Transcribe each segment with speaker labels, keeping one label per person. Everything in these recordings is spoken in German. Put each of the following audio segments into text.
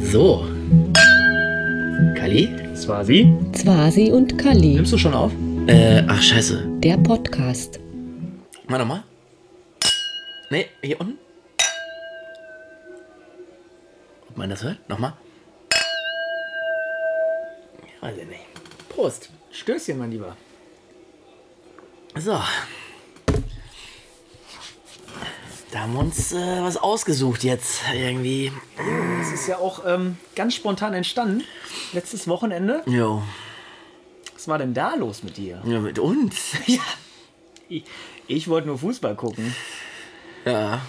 Speaker 1: So. Kali?
Speaker 2: Das war sie.
Speaker 3: Zwasi und Kali,
Speaker 2: Nimmst du schon auf?
Speaker 1: Äh, ach scheiße.
Speaker 3: der Podcast.
Speaker 1: Mal nochmal. Nee, hier unten. Ob man das hört? Nochmal. Ja, Weiß ich nicht. Prost.
Speaker 2: Stößchen, mein Lieber.
Speaker 1: So. Da haben wir uns äh, was ausgesucht jetzt irgendwie.
Speaker 2: Das ist ja auch ähm, ganz spontan entstanden. Letztes Wochenende.
Speaker 1: Jo.
Speaker 2: Was war denn da los mit dir?
Speaker 1: Ja, mit uns.
Speaker 2: Ja. Ich, ich wollte nur Fußball gucken.
Speaker 1: Ja.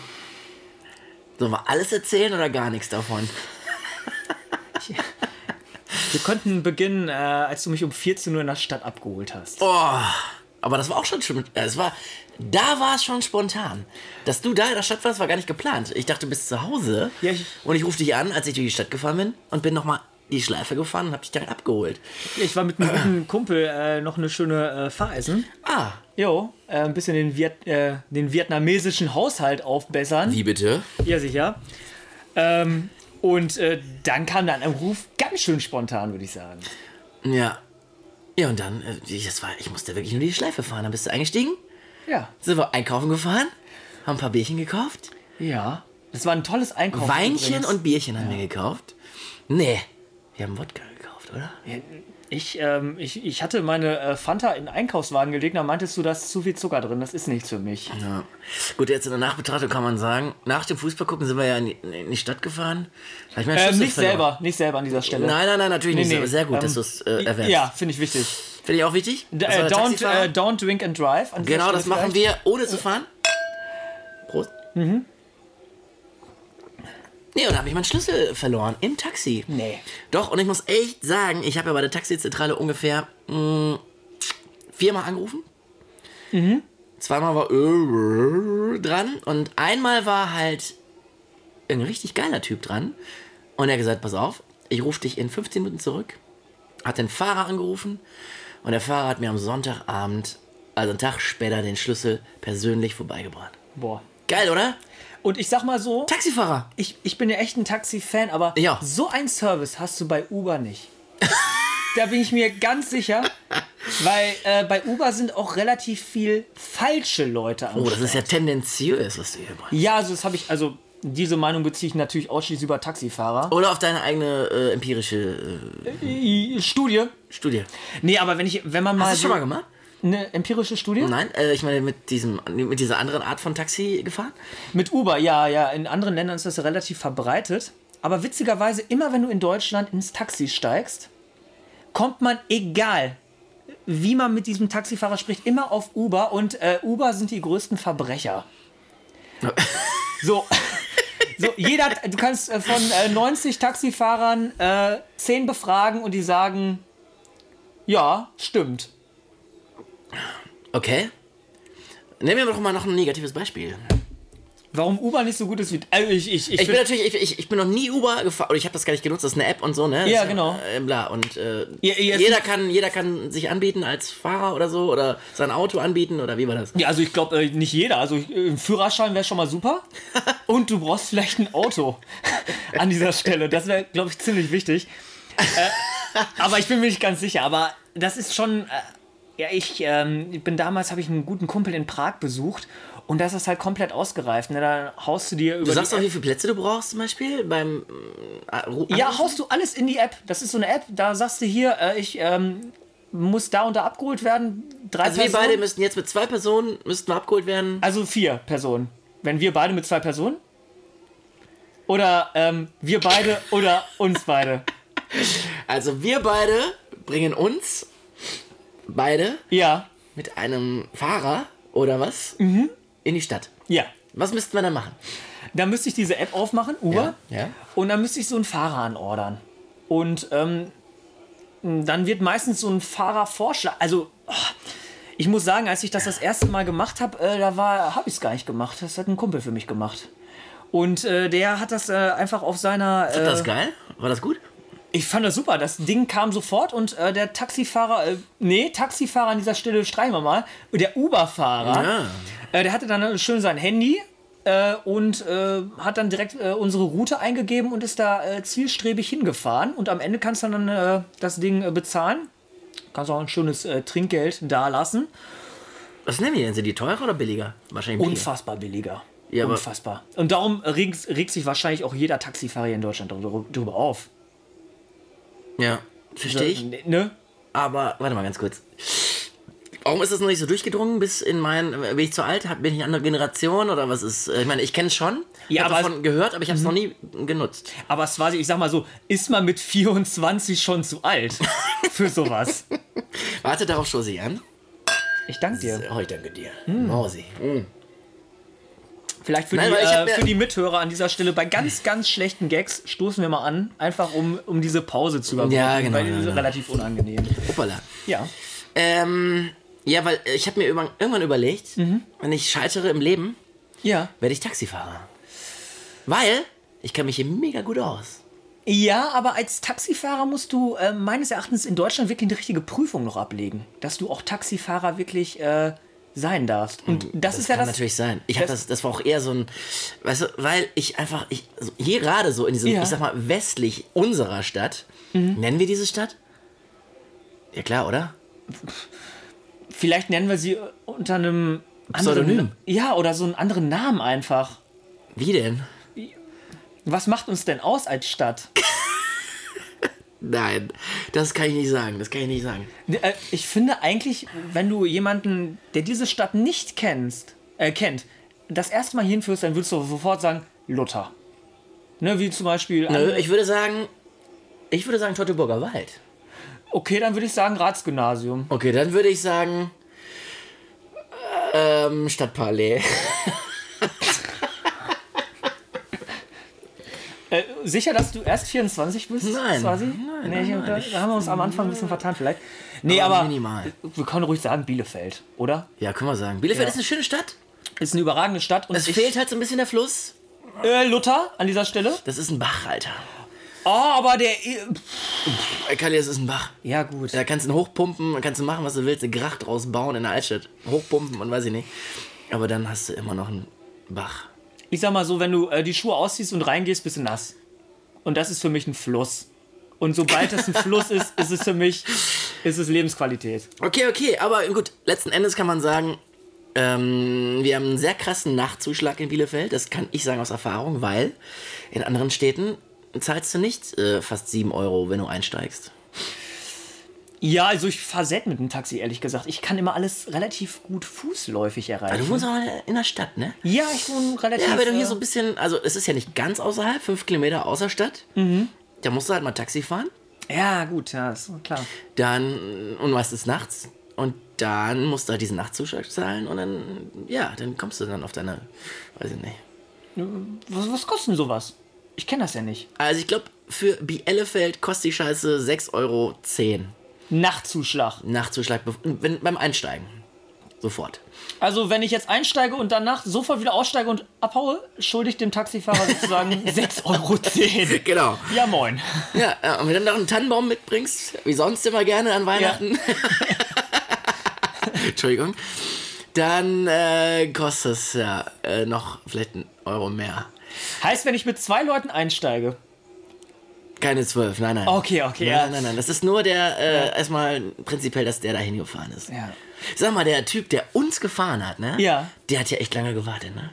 Speaker 1: Sollen wir alles erzählen oder gar nichts davon?
Speaker 2: Wir könnten beginnen, äh, als du mich um 14 Uhr in der Stadt abgeholt hast.
Speaker 1: Oh, aber das war auch schon schon. Es war, da war es schon spontan. Dass du da in der Stadt warst, war gar nicht geplant. Ich dachte, du bist zu Hause.
Speaker 2: Ja, ich-
Speaker 1: und ich rufe dich an, als ich durch die Stadt gefahren bin und bin nochmal die Schleife gefahren und hab dich direkt abgeholt.
Speaker 2: Ich war mit einem guten Kumpel äh, noch eine schöne äh, Fahressen.
Speaker 1: Ah,
Speaker 2: Jo, äh, ein bisschen den, Viet äh, den vietnamesischen Haushalt aufbessern.
Speaker 1: wie bitte?
Speaker 2: Ja, sicher. Ähm, und äh, dann kam dann ein Ruf ganz schön spontan, würde ich sagen.
Speaker 1: Ja. Ja, und dann, äh, ich- das war, ich musste wirklich nur die Schleife fahren. Dann bist du eingestiegen,
Speaker 2: Ja.
Speaker 1: sind wir einkaufen gefahren, haben ein paar Bierchen gekauft.
Speaker 2: Ja. Das war ein tolles Einkaufen.
Speaker 1: Weinchen
Speaker 2: übrigens.
Speaker 1: und Bierchen haben wir gekauft. Nee, wir haben Wodka gekauft, oder?
Speaker 2: Ich, ähm, ich, ich hatte meine äh, Fanta in den Einkaufswagen gelegt, da meintest du, da ist zu viel Zucker drin, das ist nichts für mich. Äh,
Speaker 1: Ja. Gut, jetzt in der Nachbetrachtung kann man sagen, nach dem Fußballgucken sind wir ja in die, in die Stadt gefahren. Hab ich meinen
Speaker 2: Ähm,
Speaker 1: Schlüssel
Speaker 2: nicht
Speaker 1: verloren.
Speaker 2: selber, nicht selber an dieser Stelle.
Speaker 1: Nein, nein, nein, natürlich
Speaker 2: Nee,
Speaker 1: nicht.
Speaker 2: nee,
Speaker 1: selber. Sehr gut,
Speaker 2: ähm,
Speaker 1: dass du es äh, erwähnst.
Speaker 2: Ja, finde ich wichtig.
Speaker 1: Finde ich auch wichtig.
Speaker 2: D
Speaker 1: Das war
Speaker 2: äh,
Speaker 1: der
Speaker 2: don't,
Speaker 1: Taxifahrer.
Speaker 2: äh, don't drink and drive. an dieser
Speaker 1: genau, das
Speaker 2: Stelle
Speaker 1: machen
Speaker 2: vielleicht.
Speaker 1: wir, ohne zu fahren. Prost. Mhm. Nee, und da habe ich meinen Schlüssel verloren im Taxi.
Speaker 2: Nee.
Speaker 1: Doch, und ich muss echt sagen, ich habe ja bei der Taxizentrale ungefähr mh, viermal angerufen. Zweimal war äh, dran und einmal war halt ein richtig geiler Typ dran. Und er hat gesagt, pass auf, ich rufe dich in 15 Minuten zurück. Hat den Fahrer angerufen und der Fahrer hat mir am Sonntagabend, also einen Tag später, den Schlüssel persönlich vorbeigebracht.
Speaker 2: Boah.
Speaker 1: Geil, oder?
Speaker 2: Und ich sag mal so,
Speaker 1: Taxifahrer.
Speaker 2: ich, ich bin ja echt ein Taxi-Fan, aber
Speaker 1: Ja.
Speaker 2: so ein Service hast du bei Uber nicht. da bin ich mir ganz sicher, weil äh, bei Uber sind auch relativ viel falsche Leute am
Speaker 1: Oh, das
Speaker 2: Start.
Speaker 1: ist ja tendenziös, was du hier machst.
Speaker 2: Ja, also das habe ich, also diese Meinung beziehe ich natürlich ausschließlich über Taxifahrer.
Speaker 1: Oder auf deine eigene äh, empirische
Speaker 2: I- Studie.
Speaker 1: äh, Studie.
Speaker 2: Oh. Nee, aber wenn ich, wenn man mal.
Speaker 1: Hast du das schon
Speaker 2: so-
Speaker 1: mal gemacht?
Speaker 2: Eine empirische Studie?
Speaker 1: Nein, äh, ich meine mit, diesem, mit dieser anderen Art von Taxi gefahren.
Speaker 2: Mit Uber, ja, ja. In anderen Ländern ist das relativ verbreitet. Aber witzigerweise, immer wenn du in Deutschland ins Taxi steigst, kommt man, egal wie man mit diesem Taxifahrer spricht, immer auf Uber. Und äh, Uber sind die größten Verbrecher. so. So, jeder, du kannst äh, von äh, 90 Taxifahrern äh, 10 befragen und die sagen, ja, stimmt.
Speaker 1: Okay. Nehmen wir doch mal noch ein negatives Beispiel.
Speaker 2: Warum Uber nicht so gut ist wie... Äh, ich, ich, ich,
Speaker 1: Ich bin
Speaker 2: find-
Speaker 1: natürlich, ich, ich, ich bin noch nie Uber gefahren, oder ich habe das gar nicht genutzt, das ist eine App und so, ne? Das
Speaker 2: Ja,
Speaker 1: ist
Speaker 2: genau.
Speaker 1: Äh, bla, und äh,
Speaker 2: Ja, jetzt-
Speaker 1: jeder, kann, jeder kann sich anbieten als Fahrer oder so, oder sein Auto anbieten, oder wie war das?
Speaker 2: Ja, also ich glaube, äh, nicht jeder. Also ich, äh, ein Führerschein wäre schon mal super. Und du brauchst vielleicht ein Auto an dieser Stelle. Das wäre, glaube ich, ziemlich wichtig. Äh, aber ich bin mir nicht ganz sicher. Aber das ist schon. Äh, ja, ich ähm, ich bin damals, habe ich einen guten Kumpel in Prag besucht. Und das ist halt komplett ausgereift. Ne? Da haust du dir
Speaker 1: Du
Speaker 2: über. die
Speaker 1: sagst
Speaker 2: App-
Speaker 1: auch, wie viele Plätze du brauchst zum Beispiel beim äh, Ru-
Speaker 2: ja,
Speaker 1: Anrufen?
Speaker 2: haust du alles in die App. Das ist so eine App, da sagst du hier, äh, ich ähm, muss da und da abgeholt werden. Drei
Speaker 1: Also wir beide
Speaker 2: Personen.
Speaker 1: müssten jetzt mit zwei Personen müssten wir abgeholt werden.
Speaker 2: Also vier Personen. Wenn wir beide mit zwei Personen? Oder ähm, wir beide oder uns beide?
Speaker 1: Also wir beide bringen uns beide
Speaker 2: Ja,
Speaker 1: mit einem Fahrer oder was in die Stadt.
Speaker 2: ja.
Speaker 1: Was müssten wir dann machen?
Speaker 2: Dann müsste ich diese App aufmachen, Uber.
Speaker 1: Ja, Äh, ja.
Speaker 2: Und dann müsste ich so einen Fahrer anordern. Und ähm, dann wird meistens so ein Fahrer vorschlagen. Also, oh, ich muss sagen, als ich das das erste Mal gemacht habe, äh, da war, habe ich es gar nicht gemacht. Das hat ein Kumpel für mich gemacht. Und äh, der hat das äh, einfach auf seiner.
Speaker 1: War
Speaker 2: Äh,
Speaker 1: das geil? War das gut?
Speaker 2: Ich fand das super. Das Ding kam sofort und äh, der Taxifahrer, äh, nee, Taxifahrer
Speaker 1: Ah.
Speaker 2: an dieser Stelle streichen wir mal, der Uber-Fahrer,
Speaker 1: Ja.
Speaker 2: äh, der hatte dann schön sein Handy, äh, und äh, hat dann direkt äh, unsere Route eingegeben und ist da äh, zielstrebig hingefahren. Und am Ende kannst du dann äh, das Ding äh, bezahlen. Kannst auch ein schönes äh, Trinkgeld da lassen.
Speaker 1: Was nehmen die denn? Sind die teurer oder billiger? Wahrscheinlich billiger.
Speaker 2: Unfassbar billiger.
Speaker 1: Ja, aber-
Speaker 2: Unfassbar. Und darum regt, regt sich wahrscheinlich auch jeder Taxifahrer hier in Deutschland drüber, drüber auf.
Speaker 1: Ja, verstehe ich.
Speaker 2: Ne?
Speaker 1: Aber, warte mal ganz kurz. Warum ist das noch nicht so durchgedrungen bis in mein, bin ich zu alt, hab- bin ich eine andere Generation oder was ist? äh, Ich meine, ich kenne es schon,
Speaker 2: Ja,
Speaker 1: habe
Speaker 2: aber-
Speaker 1: davon gehört, aber ich habe es Mhm. noch nie genutzt.
Speaker 2: Aber es war, ich sag mal so, ist man mit 24 schon zu alt für sowas?
Speaker 1: Warte darauf, schau sie an.
Speaker 2: Ich danke dir.
Speaker 1: Oh, ich danke dir. Mausi.
Speaker 2: Vielleicht für,
Speaker 1: Nein,
Speaker 2: die,
Speaker 1: weil ich hab
Speaker 2: äh,
Speaker 1: mir-
Speaker 2: für die Mithörer an dieser Stelle bei ganz, ganz schlechten Gags stoßen wir mal an, einfach um, um diese Pause zu überbrücken.
Speaker 1: Ja, genau,
Speaker 2: Weil die
Speaker 1: ja,
Speaker 2: ist
Speaker 1: genau.
Speaker 2: relativ unangenehm.
Speaker 1: Hoppala.
Speaker 2: Ja.
Speaker 1: Ähm, ja, weil äh, ich habe mir über, irgendwann überlegt,
Speaker 2: Mhm.
Speaker 1: wenn ich scheitere im Leben,
Speaker 2: Ja.
Speaker 1: werde ich Taxifahrer. Weil ich kenne mich hier mega gut aus.
Speaker 2: Ja, aber als Taxifahrer musst du äh, meines Erachtens in Deutschland wirklich eine richtige Prüfung noch ablegen, dass du auch Taxifahrer wirklich äh, sein darfst. Und das, ist ja
Speaker 1: Hm, kann
Speaker 2: das.
Speaker 1: natürlich sein. Ich habe das, das war auch eher so ein, weißt du, weil ich einfach, ich, so hier gerade so in diesem,
Speaker 2: Ja. Mhm.
Speaker 1: ich sag mal, westlich unserer Stadt, nennen wir diese Stadt? Ja klar, oder?
Speaker 2: Vielleicht nennen wir sie äh, unter einem
Speaker 1: Pseudonym.
Speaker 2: Anderen, ja, oder so einen anderen Namen einfach.
Speaker 1: Wie denn?
Speaker 2: Was macht uns denn aus als Stadt?
Speaker 1: Nein, das kann ich nicht sagen, das kann ich nicht sagen.
Speaker 2: Äh, Ich finde eigentlich, wenn du jemanden, der diese Stadt nicht kennst, äh, kennt, das erste Mal hinführst, dann würdest du sofort sagen, Luther. Ne, wie zum Beispiel.
Speaker 1: Nö, Also, ich würde sagen, ich würde sagen Teutoburger Wald.
Speaker 2: okay, dann würde ich sagen Ratsgymnasium.
Speaker 1: Okay, dann würde ich sagen, ähm, Stadtpalais.
Speaker 2: Äh, sicher, dass du erst 24 bist?
Speaker 1: Nein.
Speaker 2: Quasi?
Speaker 1: Nein,
Speaker 2: nee, ich,
Speaker 1: nein,
Speaker 2: da,
Speaker 1: nein.
Speaker 2: da haben wir uns am Anfang ein bisschen vertan, vielleicht. Nee,
Speaker 1: Aber
Speaker 2: aber.
Speaker 1: minimal.
Speaker 2: Wir können ruhig sagen Bielefeld, oder?
Speaker 1: Ja, können wir sagen. Bielefeld
Speaker 2: Ja.
Speaker 1: ist eine schöne Stadt.
Speaker 2: Ist eine überragende Stadt und
Speaker 1: Es
Speaker 2: ich,
Speaker 1: fehlt halt so ein bisschen der Fluss.
Speaker 2: Äh, Luther an dieser Stelle.
Speaker 1: Das ist ein Bach, Alter.
Speaker 2: Oh, aber der.
Speaker 1: Kali, Äh, das ist ein Bach.
Speaker 2: Ja, gut.
Speaker 1: Da kannst du ihn hochpumpen, dann kannst du machen, was du willst, eine Gracht rausbauen in der Altstadt. Hochpumpen und weiß ich nicht. Aber dann hast du immer noch einen Bach.
Speaker 2: Ich sag mal so, wenn du äh, die Schuhe ausziehst und reingehst, bist du nass. Und das ist für mich ein Fluss. Und sobald es ein Fluss ist, ist es für mich ist es Lebensqualität.
Speaker 1: Okay, okay, aber gut, letzten Endes kann man sagen, ähm, wir haben einen sehr krassen Nachtzuschlag in Bielefeld. Das kann ich sagen aus Erfahrung, weil in anderen Städten zahlst du nicht äh, fast 7 Euro, wenn du einsteigst.
Speaker 2: Ja, also ich fahr selten mit dem Taxi, ehrlich gesagt. Ich kann immer alles relativ gut fußläufig
Speaker 1: Aber du
Speaker 2: erreichen.
Speaker 1: wohnst auch in der Stadt, ne?
Speaker 2: Ja, ich wohne relativ.
Speaker 1: Ja, wenn du
Speaker 2: äh,
Speaker 1: hier so ein bisschen, also es ist ja nicht ganz außerhalb, 5 Kilometer außer Stadt, da musst du halt mal Taxi fahren.
Speaker 2: ja gut, ja, ist klar.
Speaker 1: dann und meistens nachts und dann musst du halt diesen Nachtzuschlag zahlen und dann ja, dann kommst du dann auf deine weiß ich nicht.
Speaker 2: Was, was kostet denn sowas? Ich kenne das ja nicht.
Speaker 1: Also ich glaube für Bielefeld kostet die Scheiße 6,10 Euro
Speaker 2: Nachtzuschlag.
Speaker 1: Nachtzuschlag bev- wenn, beim Einsteigen. Sofort.
Speaker 2: Also, wenn ich jetzt einsteige und danach sofort wieder aussteige und abhaue, schulde ich dem Taxifahrer sozusagen 6,10 Euro.
Speaker 1: Genau.
Speaker 2: Ja, moin.
Speaker 1: Ja, ja, und wenn du noch einen Tannenbaum mitbringst, wie sonst immer gerne an Weihnachten. Entschuldigung. Dann äh, kostet es ja äh, noch vielleicht einen Euro mehr.
Speaker 2: Heißt, wenn ich mit zwei Leuten einsteige.
Speaker 1: Keine zwölf, nein, nein.
Speaker 2: Okay, okay,
Speaker 1: Nein,
Speaker 2: ja.
Speaker 1: nein, nein, nein. Das ist nur der, äh, erstmal prinzipiell, dass der da hingefahren ist.
Speaker 2: Ja.
Speaker 1: Sag mal, der Typ, der uns gefahren hat, ne?
Speaker 2: Ja.
Speaker 1: Der hat ja echt lange gewartet, ne?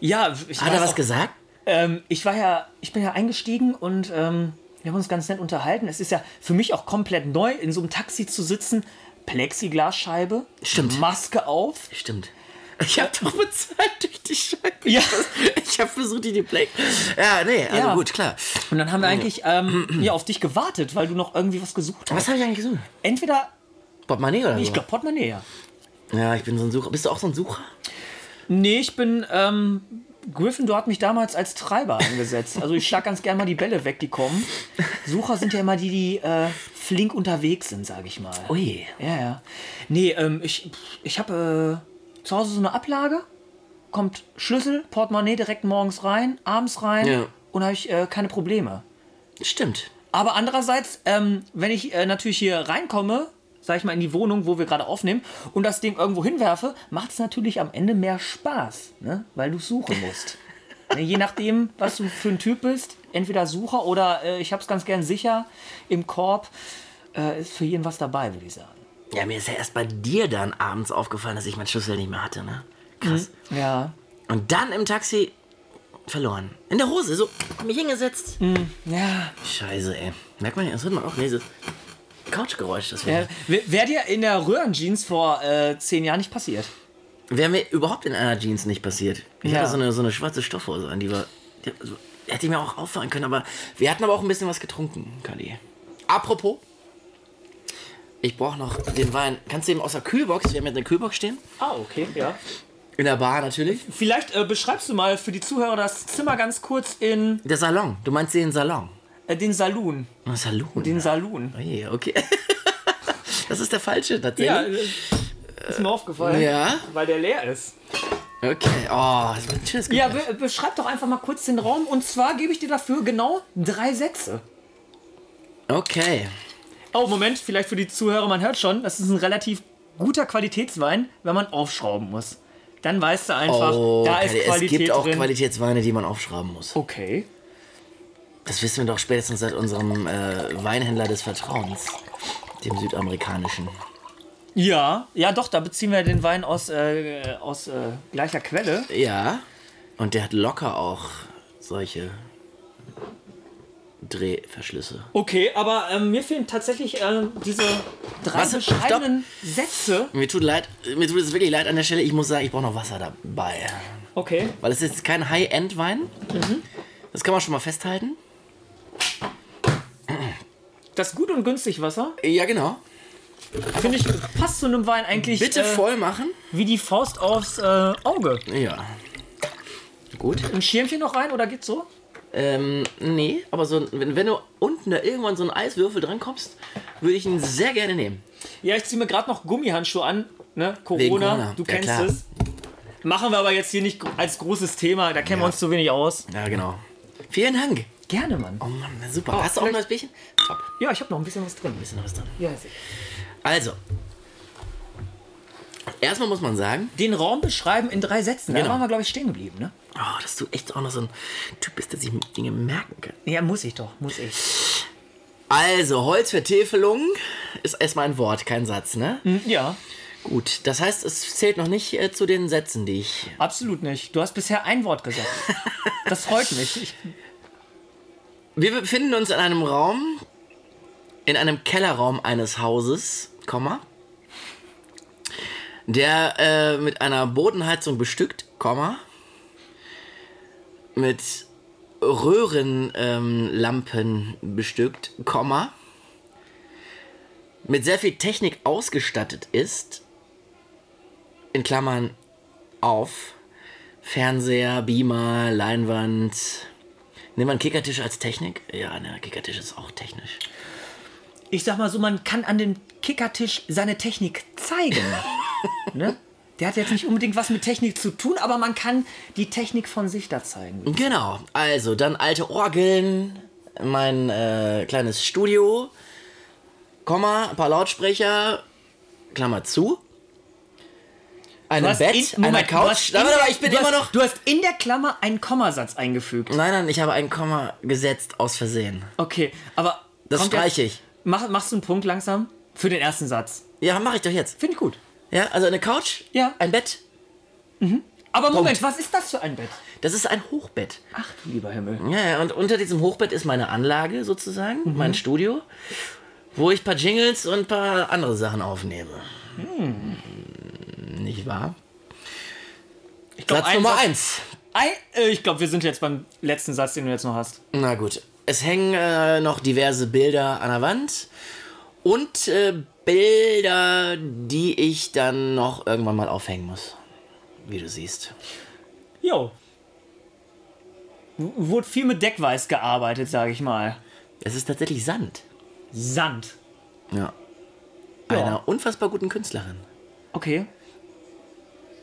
Speaker 2: Ja, ich
Speaker 1: Hat
Speaker 2: weiß
Speaker 1: er was
Speaker 2: auch,
Speaker 1: gesagt?
Speaker 2: Ähm, ich war ja, ich bin ja eingestiegen und ähm, wir haben uns ganz nett unterhalten. Es ist ja für mich auch komplett neu, in so einem Taxi zu sitzen. Plexiglasscheibe,
Speaker 1: Stimmt.
Speaker 2: Maske auf.
Speaker 1: Stimmt. Ich hab doch bezahlt durch die Scheibe.
Speaker 2: Ja.
Speaker 1: Ich hab versucht, die die Play. Ja, nee, also
Speaker 2: Ja.
Speaker 1: gut, klar.
Speaker 2: Und dann haben
Speaker 1: Oh.
Speaker 2: wir eigentlich ähm, ja, auf dich gewartet, weil du noch irgendwie was gesucht hast.
Speaker 1: Was habe ich eigentlich gesungen?
Speaker 2: Entweder,
Speaker 1: Bob Marley oder so?
Speaker 2: ich glaube, Portemonnaie. ja.
Speaker 1: Ja, ich bin so ein Sucher. Bist du auch so ein Sucher?
Speaker 2: Nee, ich bin, ähm, Gryffindor hat mich damals als Treiber eingesetzt. Also ich schlag ganz gerne mal die Bälle weg, die kommen. Sucher sind ja immer die, die äh, flink unterwegs sind, sage ich
Speaker 1: Oh
Speaker 2: mal.
Speaker 1: Ui.
Speaker 2: Ja, ja. Nee, ähm, ich, ich habe äh, zu Hause so eine Ablage. Kommt Schlüssel, Portemonnaie direkt morgens rein, abends rein
Speaker 1: Ja.
Speaker 2: und habe ich äh, keine Probleme.
Speaker 1: Stimmt.
Speaker 2: Aber andererseits, ähm, wenn ich äh, natürlich hier reinkomme, sag ich mal, in die Wohnung, wo wir gerade aufnehmen, und das Ding irgendwo hinwerfe, macht es natürlich am Ende mehr Spaß, ne? weil du suchen musst. Ne, Je nachdem, was du für ein Typ bist, entweder Sucher oder äh, ich hab's ganz gern sicher im Korb, äh, ist für jeden was dabei, würde ich sagen.
Speaker 1: Ja, mir ist ja erst bei dir dann abends aufgefallen, dass ich meinen Schlüssel nicht mehr hatte, ne? Krass.
Speaker 2: Ja,
Speaker 1: Und dann im Taxi verloren. In der Hose, so mich hingesetzt.
Speaker 2: ja.
Speaker 1: Scheiße, ey. Merkt man ja, das hört man auch, ne? Dieses Couchgeräusch, das
Speaker 2: Äh,
Speaker 1: wäre.
Speaker 2: Wäre dir in der Röhrenjeans vor äh, zehn Jahren nicht passiert?
Speaker 1: Wäre mir überhaupt in einer Jeans nicht passiert. Ich
Speaker 2: Ja.
Speaker 1: hatte so eine, so eine schwarze Stoffhose an, die war. Die, so, hätte ich mir auch auffahren können, aber wir hatten aber auch ein bisschen was getrunken, Kali. Apropos. Ich brauche noch den Wein. Kannst du eben aus der Kühlbox, wir haben ja eine Kühlbox stehen.
Speaker 2: Ah, okay, ja.
Speaker 1: In der Bar natürlich.
Speaker 2: Vielleicht äh, beschreibst du mal für die Zuhörer das Zimmer ganz kurz in
Speaker 1: Der Salon. Du meinst den Salon.
Speaker 2: äh, den Saloon.
Speaker 1: Na, Salon.
Speaker 2: Den
Speaker 1: ja.
Speaker 2: Saloon.
Speaker 1: Oje, okay. das ist der falsche
Speaker 2: Ja,
Speaker 1: tatsächlich.
Speaker 2: äh, ist mir aufgefallen.
Speaker 1: Ja.
Speaker 2: Weil der leer ist.
Speaker 1: Okay. Oh, das wird ein schönes
Speaker 2: Ja,
Speaker 1: Gefühl.
Speaker 2: be äh, beschreib doch einfach mal kurz den Raum. Und zwar gebe ich dir dafür genau drei Sätze.
Speaker 1: Okay.
Speaker 2: Oh, Moment, vielleicht für die Zuhörer, man hört schon, das ist ein relativ guter Qualitätswein, wenn man aufschrauben muss. Dann weißt du einfach,
Speaker 1: Oh,
Speaker 2: da
Speaker 1: okay.
Speaker 2: ist Qualität
Speaker 1: es gibt auch
Speaker 2: drin.
Speaker 1: Qualitätsweine, die man aufschrauben muss.
Speaker 2: okay.
Speaker 1: Das wissen wir doch spätestens seit unserem äh, Weinhändler des Vertrauens, dem südamerikanischen.
Speaker 2: Ja, ja doch, da beziehen wir den Wein aus, äh, aus äh, gleicher Quelle.
Speaker 1: Ja. Und der hat locker auch solche Drehverschlüsse.
Speaker 2: Okay, aber ähm, mir fehlen tatsächlich ähm, diese drei
Speaker 1: Was?
Speaker 2: beschreibenden Sätze.
Speaker 1: Mir tut leid, mir tut es wirklich leid an der Stelle. Ich muss sagen, ich brauche noch Wasser dabei.
Speaker 2: Okay.
Speaker 1: Weil es ist kein High-End-Wein. Mhm. Das kann man schon mal festhalten.
Speaker 2: Das gut und günstig Wasser,
Speaker 1: Ja, genau.
Speaker 2: finde ich, passt zu einem Wein eigentlich
Speaker 1: Bitte
Speaker 2: äh,
Speaker 1: voll machen.
Speaker 2: wie die Faust aufs äh, Auge.
Speaker 1: Ja. Gut.
Speaker 2: Ein Schirmchen noch rein oder geht's so?
Speaker 1: Ähm, nee, aber so, ein- wenn, wenn du unten da irgendwann so einen Eiswürfel dran kommst, würde ich ihn sehr gerne nehmen.
Speaker 2: Ja, ich ziehe mir gerade noch Gummihandschuhe an. Ne? Corona,
Speaker 1: Wegen Corona,
Speaker 2: du
Speaker 1: ja,
Speaker 2: kennst
Speaker 1: klar.
Speaker 2: es. Machen wir aber jetzt hier nicht als großes Thema, da kennen wir
Speaker 1: Ja.
Speaker 2: uns zu wenig aus.
Speaker 1: Ja, genau. Vielen Dank.
Speaker 2: Gerne, Mann.
Speaker 1: Oh Mann, na super.
Speaker 2: Oh,
Speaker 1: Hast du auch noch ein
Speaker 2: vielleicht-
Speaker 1: Bierchen? Top.
Speaker 2: Ja, ich habe noch ein bisschen was drin.
Speaker 1: Bisschen noch was drin.
Speaker 2: Ja, sicher.
Speaker 1: Also. Erstmal muss man sagen,
Speaker 2: Den Raum beschreiben in drei Sätzen. Da
Speaker 1: Genau.
Speaker 2: waren wir, glaube ich, stehen geblieben, ne?
Speaker 1: oh, dass du echt auch noch so ein Typ bist, der sich Dinge merken kann.
Speaker 2: Ja, muss ich doch, muss ich.
Speaker 1: Also, Holzvertäfelung ist erstmal ein Wort, kein Satz, ne?
Speaker 2: Hm, Ja,
Speaker 1: Gut, das heißt, es zählt noch nicht äh, zu den Sätzen, die ich.
Speaker 2: absolut nicht. Du hast bisher ein Wort gesagt. Das freut mich. Ich,
Speaker 1: Wir befinden uns in einem Raum, in einem Kellerraum eines Hauses, Komma, der äh, mit einer Bodenheizung bestückt, Komma, mit Röhrenlampen ähm, Lampen ähm, bestückt, Komma, mit sehr viel Technik ausgestattet ist, in Klammern auf, Fernseher, Beamer, Leinwand, Nehmen wir einen Kickertisch als Technik? Ja, ne, Kickertisch ist auch technisch.
Speaker 2: ich sag mal so, man kann an dem Kickertisch seine Technik zeigen. ne? Der hat jetzt nicht unbedingt was mit Technik zu tun, aber man kann die Technik von sich da zeigen.
Speaker 1: Genau, also dann alte Orgeln, mein äh, kleines Studio, Komma, ein paar Lautsprecher, Klammer zu. Ein
Speaker 2: Du hast
Speaker 1: Bett,
Speaker 2: in-
Speaker 1: eine
Speaker 2: Moment, du
Speaker 1: Couch.
Speaker 2: hast in
Speaker 1: Warte,
Speaker 2: der-
Speaker 1: warte, ich bin
Speaker 2: du
Speaker 1: immer
Speaker 2: hast,
Speaker 1: noch.
Speaker 2: Du hast in der Klammer einen Kommasatz eingefügt.
Speaker 1: Nein, nein, ich habe ein Komma gesetzt aus Versehen.
Speaker 2: Okay, aber.
Speaker 1: Das
Speaker 2: kommt der-
Speaker 1: streiche ich.
Speaker 2: Mach, machst du einen Punkt langsam? Für den ersten Satz.
Speaker 1: Ja, mache ich doch jetzt.
Speaker 2: Finde ich gut.
Speaker 1: Ja, also eine Couch,
Speaker 2: Ja.
Speaker 1: ein Bett.
Speaker 2: Aber Moment, was ist das für ein Bett?
Speaker 1: Das ist ein Hochbett.
Speaker 2: Ach, du lieber Himmel.
Speaker 1: Ja, ja, und unter diesem Hochbett ist meine Anlage sozusagen,
Speaker 2: Mhm.
Speaker 1: mein Studio, wo ich ein paar Jingles und ein paar andere Sachen aufnehme.
Speaker 2: Hm.
Speaker 1: Nicht wahr?
Speaker 2: Ich glaub,
Speaker 1: Platz
Speaker 2: ein
Speaker 1: Nummer
Speaker 2: Satz-
Speaker 1: eins.
Speaker 2: Ein, äh, ich glaube, wir sind jetzt beim letzten Satz, den du jetzt noch hast.
Speaker 1: Na gut. Es hängen äh, noch diverse Bilder an der Wand und äh, Bilder, die ich dann noch irgendwann mal aufhängen muss. Wie du siehst.
Speaker 2: Jo. W- Wurde viel mit Deckweiß gearbeitet, sage ich mal.
Speaker 1: Es ist tatsächlich Sand.
Speaker 2: Sand.
Speaker 1: Ja.
Speaker 2: Ja.
Speaker 1: Einer unfassbar guten Künstlerin.
Speaker 2: Okay.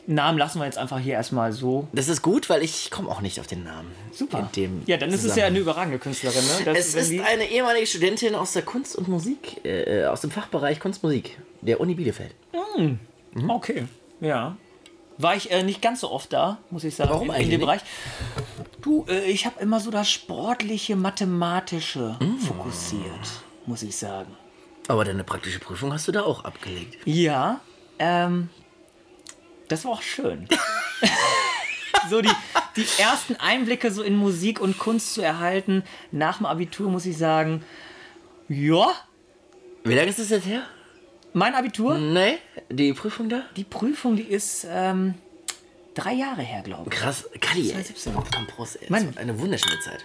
Speaker 2: Namen lassen wir jetzt einfach hier erstmal so.
Speaker 1: Das ist gut, weil ich komme auch nicht auf den Namen. In dem
Speaker 2: ja, dann ist es ja
Speaker 1: Zusammenhang.
Speaker 2: eine überragende Künstlerin, ne? Das,
Speaker 1: Es
Speaker 2: wenn
Speaker 1: ist
Speaker 2: die-
Speaker 1: eine ehemalige Studentin aus der Kunst und Musik, äh, aus dem Fachbereich Kunst und Musik der Uni Bielefeld.
Speaker 2: Okay, ja. War ich äh, nicht ganz so oft da, muss ich sagen.
Speaker 1: Warum
Speaker 2: in,
Speaker 1: eigentlich
Speaker 2: In dem
Speaker 1: nicht?
Speaker 2: Bereich. Du, äh, ich habe immer so das sportliche, mathematische
Speaker 1: Mm.
Speaker 2: fokussiert, muss ich sagen.
Speaker 1: Aber deine praktische Prüfung hast du da auch abgelegt.
Speaker 2: Ja, ähm, das war auch schön. so die, die ersten Einblicke so in Musik und Kunst zu erhalten, nach dem Abitur muss ich sagen, ja,
Speaker 1: Wie lange ist das jetzt her?
Speaker 2: mein Abitur,
Speaker 1: Nee, die Prüfung da?
Speaker 2: die Prüfung, die ist ähm, drei Jahre her, glaube ich.
Speaker 1: Krass, Kali, ey.
Speaker 2: 2017.
Speaker 1: Komm, Prost, ey.
Speaker 2: Mann.
Speaker 1: Das war eine wunderschöne Zeit.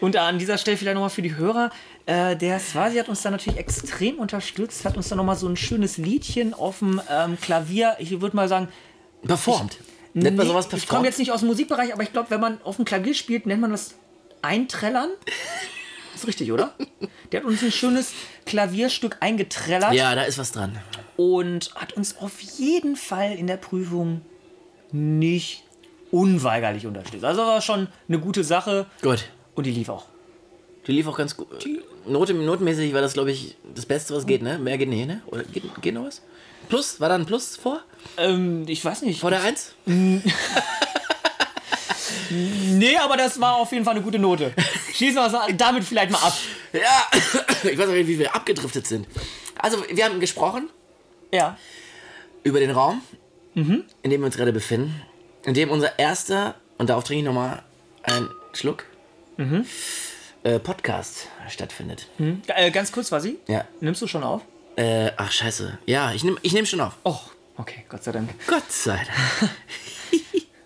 Speaker 2: Und an dieser Stelle vielleicht nochmal für die Hörer, äh, der Swazi hat uns da natürlich extrem unterstützt, hat uns da nochmal so ein schönes Liedchen auf dem ähm, Klavier, ich würde mal sagen,
Speaker 1: Performt. Nennt man
Speaker 2: Nee,
Speaker 1: sowas
Speaker 2: Ich komme
Speaker 1: performt?
Speaker 2: jetzt nicht aus dem Musikbereich, aber ich glaube, wenn man auf dem Klavier spielt, nennt man das Eintrellern. Ist richtig, oder? Der hat uns ein schönes Klavierstück eingetrellert
Speaker 1: ja, da ist was dran.
Speaker 2: und hat uns auf jeden Fall in der Prüfung nicht unweigerlich unterstützt. Also war schon eine gute Sache
Speaker 1: Gut.
Speaker 2: und die lief auch.
Speaker 1: Die lief auch ganz gut. Note, notenmäßig war das, glaube ich, das Beste, was geht, ne? Mehr geht nicht, ne? Oder geht, geht noch was? Plus? War da ein Plus vor?
Speaker 2: Ähm, ich weiß nicht.
Speaker 1: Vor der 1?
Speaker 2: Nee, aber das war auf jeden Fall eine gute Note. Schließen wir es damit vielleicht mal ab.
Speaker 1: Ja! Ich weiß auch nicht, wie wir abgedriftet sind. Also, wir haben gesprochen
Speaker 2: Ja.
Speaker 1: über den Raum, in dem wir uns gerade befinden, in dem unser erster, und darauf trinke ich nochmal einen Schluck, Mhm. äh, Podcast stattfindet.
Speaker 2: Hm? Äh, ganz kurz, Wasi.
Speaker 1: Ja.
Speaker 2: Nimmst du schon auf?
Speaker 1: Äh, ach, scheiße. Ja, ich nehme ich nehm schon auf.
Speaker 2: Oh, okay, Gott sei Dank.
Speaker 1: Gott sei Dank.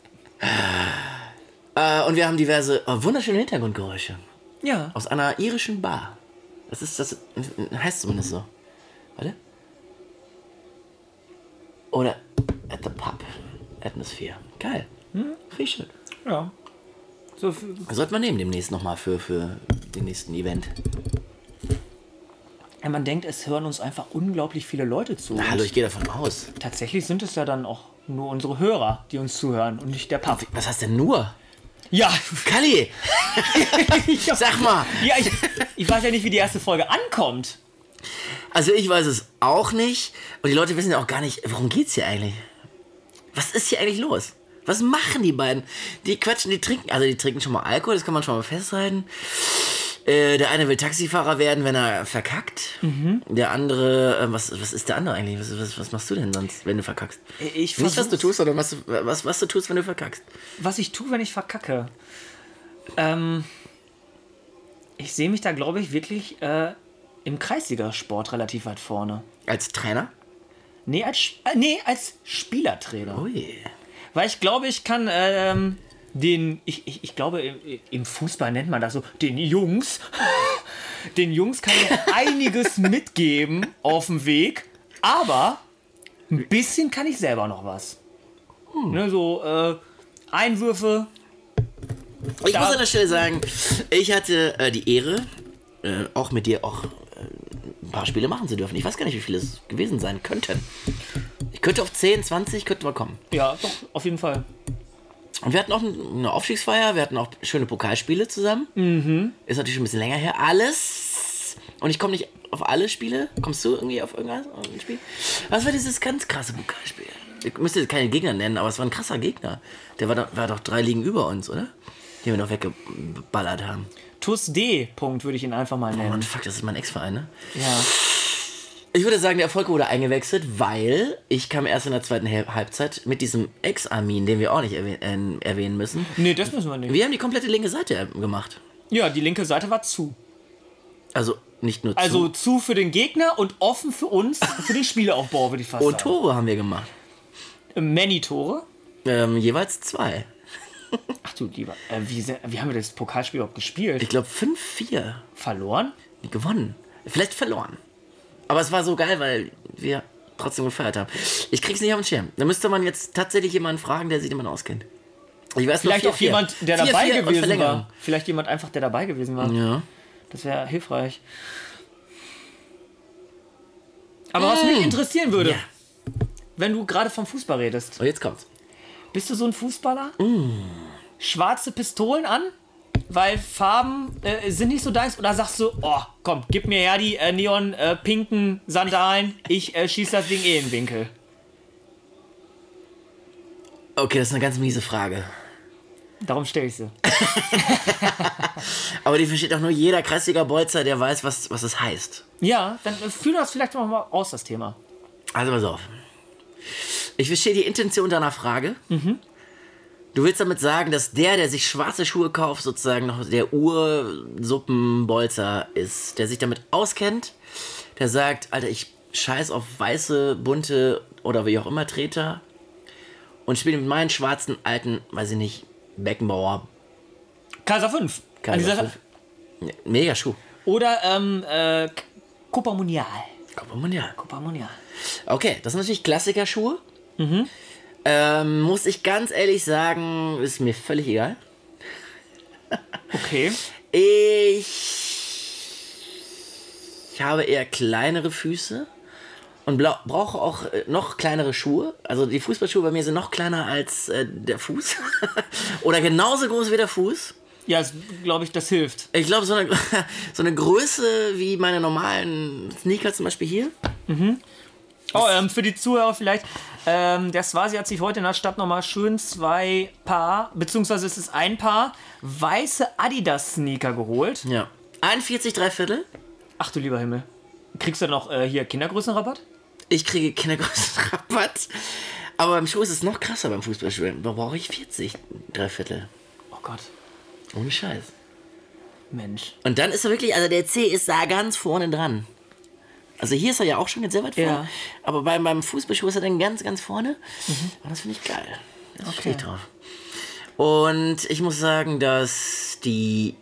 Speaker 1: äh, und wir haben diverse äh, wunderschöne Hintergrundgeräusche
Speaker 2: Ja.
Speaker 1: aus einer irischen Bar. Das ist das äh, heißt zumindest so. Warte. Oder at the pub Atmosphere. Geil. Hm? Finde ich schön.
Speaker 2: Ja. So, f-
Speaker 1: Sollte man nehmen demnächst nochmal für, für den nächsten Event.
Speaker 2: ja, man denkt, es hören uns einfach unglaublich viele Leute zu.
Speaker 1: Na, hallo, ich gehe davon aus.
Speaker 2: Tatsächlich sind es ja dann auch nur unsere Hörer, die uns zuhören und nicht der Pub.
Speaker 1: Was heißt denn nur?
Speaker 2: Ja,
Speaker 1: Kalli! Sag mal!
Speaker 2: ja ich, ich weiß ja nicht, wie die erste Folge ankommt.
Speaker 1: Also ich weiß es auch nicht. Und die Leute wissen ja auch gar nicht, worum geht's hier eigentlich? Was ist hier eigentlich los? Was machen die beiden? Die quatschen, die trinken. Also die trinken schon mal Alkohol, das kann man schon mal festhalten. Äh, der eine will Taxifahrer werden, wenn er verkackt.
Speaker 2: Mhm.
Speaker 1: Der andere, äh, was, was ist der andere eigentlich? Was, was, was machst du denn sonst, wenn du verkackst?
Speaker 2: Ich
Speaker 1: nicht, was du
Speaker 2: versuch's.
Speaker 1: tust, sondern was, du- was, was du tust, wenn du verkackst.
Speaker 2: Was ich tue, wenn ich verkacke. Ähm, ich sehe mich da, glaube ich, wirklich äh, im Kreisligasport relativ weit vorne.
Speaker 1: Als Trainer?
Speaker 2: Nee, als, Sp- äh, nee, als Spielertrainer.
Speaker 1: Ui.
Speaker 2: Weil ich glaube, ich kann ähm, den, ich, ich, ich glaube, im, im Fußball nennt man das so, den Jungs, den Jungs kann ich einiges mitgeben auf dem Weg, aber ein bisschen kann ich selber noch was.
Speaker 1: Hm.
Speaker 2: Ne, so äh, Einwürfe,
Speaker 1: Ich
Speaker 2: Da-
Speaker 1: muss an der Stelle sagen, ich hatte äh, die Ehre, äh, auch mit dir auch äh, ein paar Spiele machen zu dürfen. Ich weiß gar nicht, wie viele es gewesen sein könnten. Ich könnte auf 10, 20 könnten wir kommen.
Speaker 2: ja, doch, auf jeden Fall.
Speaker 1: Und wir hatten auch eine Aufstiegsfeier, wir hatten auch schöne Pokalspiele zusammen. Ist natürlich schon ein bisschen länger her. Alles. Und ich komme nicht auf alle Spiele. Kommst du irgendwie auf irgendwas? auf ein Spiel? Was war dieses ganz krasse Pokalspiel? Ich müsste jetzt keine Gegner nennen, aber es war ein krasser Gegner. Der war doch, war doch drei Ligen über uns, oder? Den wir noch weggeballert haben.
Speaker 2: TUS D, Punkt, würde ich ihn einfach mal
Speaker 1: Und
Speaker 2: nennen.
Speaker 1: Oh fuck, das ist mein Ex-Verein, ne?
Speaker 2: Ja.
Speaker 1: Ich würde sagen, der Erfolg wurde eingewechselt, weil ich kam erst in der zweiten Hel- Halbzeit mit diesem Ex-Armin, den wir auch nicht erwäh äh, erwähnen müssen.
Speaker 2: Nee, das müssen wir nicht.
Speaker 1: Wir haben die komplette linke Seite äh, gemacht.
Speaker 2: Ja, die linke Seite war zu.
Speaker 1: Also nicht nur
Speaker 2: Also
Speaker 1: zu.
Speaker 2: zu für den Gegner und offen für uns, für den Spielaufbau, würde ich fast
Speaker 1: Und
Speaker 2: sagen.
Speaker 1: Tore haben wir gemacht.
Speaker 2: Many Tore.
Speaker 1: Ähm, jeweils zwei.
Speaker 2: Ach du lieber, äh, wie, se- wie haben wir das Pokalspiel überhaupt gespielt?
Speaker 1: Ich glaube, fünf, vier
Speaker 2: Verloren?
Speaker 1: gewonnen. Vielleicht verloren. Aber es war so geil, weil wir trotzdem gefeiert haben. Ich krieg's nicht auf den Schirm. Da müsste man jetzt tatsächlich jemanden fragen, der sich damit auskennt. Ich weiß nur
Speaker 2: Vielleicht
Speaker 1: vier,
Speaker 2: auch
Speaker 1: vier.
Speaker 2: jemand, der
Speaker 1: Vier,
Speaker 2: dabei
Speaker 1: vier und
Speaker 2: gewesen
Speaker 1: Verlängerung.
Speaker 2: war. Vielleicht jemand einfach, der dabei gewesen war.
Speaker 1: Ja.
Speaker 2: Das wäre hilfreich. Aber was mich interessieren würde,
Speaker 1: Ja.
Speaker 2: wenn du gerade vom Fußball redest,
Speaker 1: So, Oh, jetzt kommt's.
Speaker 2: Bist du so ein Fußballer?
Speaker 1: Mm.
Speaker 2: Schwarze Pistolen an? Weil Farben äh, sind nicht so deins? Oder sagst du, oh, komm, gib mir her die äh, neon-pinken Sandalen, ich äh, schieß das Ding eh im Winkel.
Speaker 1: Okay, das ist eine ganz miese Frage.
Speaker 2: Darum stelle ich sie.
Speaker 1: Aber die versteht auch nur jeder krassiger Bolzer, der weiß, was, was das heißt.
Speaker 2: Ja, dann äh, führ das vielleicht noch mal aus, das Thema.
Speaker 1: Also pass auf. Ich verstehe die Intention deiner Frage. Du willst damit sagen, dass der, der sich schwarze Schuhe kauft, sozusagen noch der Ursuppenbolzer ist, der sich damit auskennt, der sagt, Alter, ich scheiß auf weiße, bunte oder wie auch immer Treter und spiele mit meinen schwarzen alten, weiß ich nicht, Beckenbauer.
Speaker 2: Kaiser 5.
Speaker 1: Kaiser fünf. Ja, Mega Schuh.
Speaker 2: Oder ähm, äh, K- Copa Mundial.
Speaker 1: Komm, Mundial.
Speaker 2: Copa Mundial.
Speaker 1: Okay, das sind natürlich Klassikerschuhe. Ähm, muss ich ganz ehrlich sagen, ist mir völlig egal.
Speaker 2: Okay.
Speaker 1: Ich, ich habe eher kleinere Füße und blau- brauche auch äh, noch kleinere Schuhe. Also die Fußballschuhe bei mir sind noch kleiner als äh, der Fuß. Oder genauso groß wie der Fuß.
Speaker 2: Ja, glaube ich, das hilft.
Speaker 1: Ich glaube, so eine, so eine Größe wie meine normalen Sneaker zum Beispiel hier.
Speaker 2: Oh, ähm, für die Zuhörer vielleicht. Ähm, der Swazi hat sich heute in der Stadt nochmal schön zwei Paar, beziehungsweise es ist ein Paar, weiße Adidas-Sneaker geholt.
Speaker 1: Ja. 41, drei Viertel.
Speaker 2: Ach du lieber Himmel. Kriegst du noch äh, hier Kindergrößenrabatt?
Speaker 1: Ich kriege Kindergrößenrabatt. Aber beim Schuh ist es noch krasser beim Fußballschuh. Da brauche ich 40, drei Viertel.
Speaker 2: Oh Gott,
Speaker 1: Ohne Scheiß.
Speaker 2: Mensch.
Speaker 1: Und dann ist er wirklich, also der C ist da ganz vorne dran. Also hier ist er ja auch schon jetzt sehr weit vorne.
Speaker 2: Ja.
Speaker 1: Aber bei, beim Fußballschuh ist er dann ganz, ganz vorne.
Speaker 2: Mhm.
Speaker 1: Und das finde ich geil. Da stehe ich drauf. Und ich muss sagen, dass die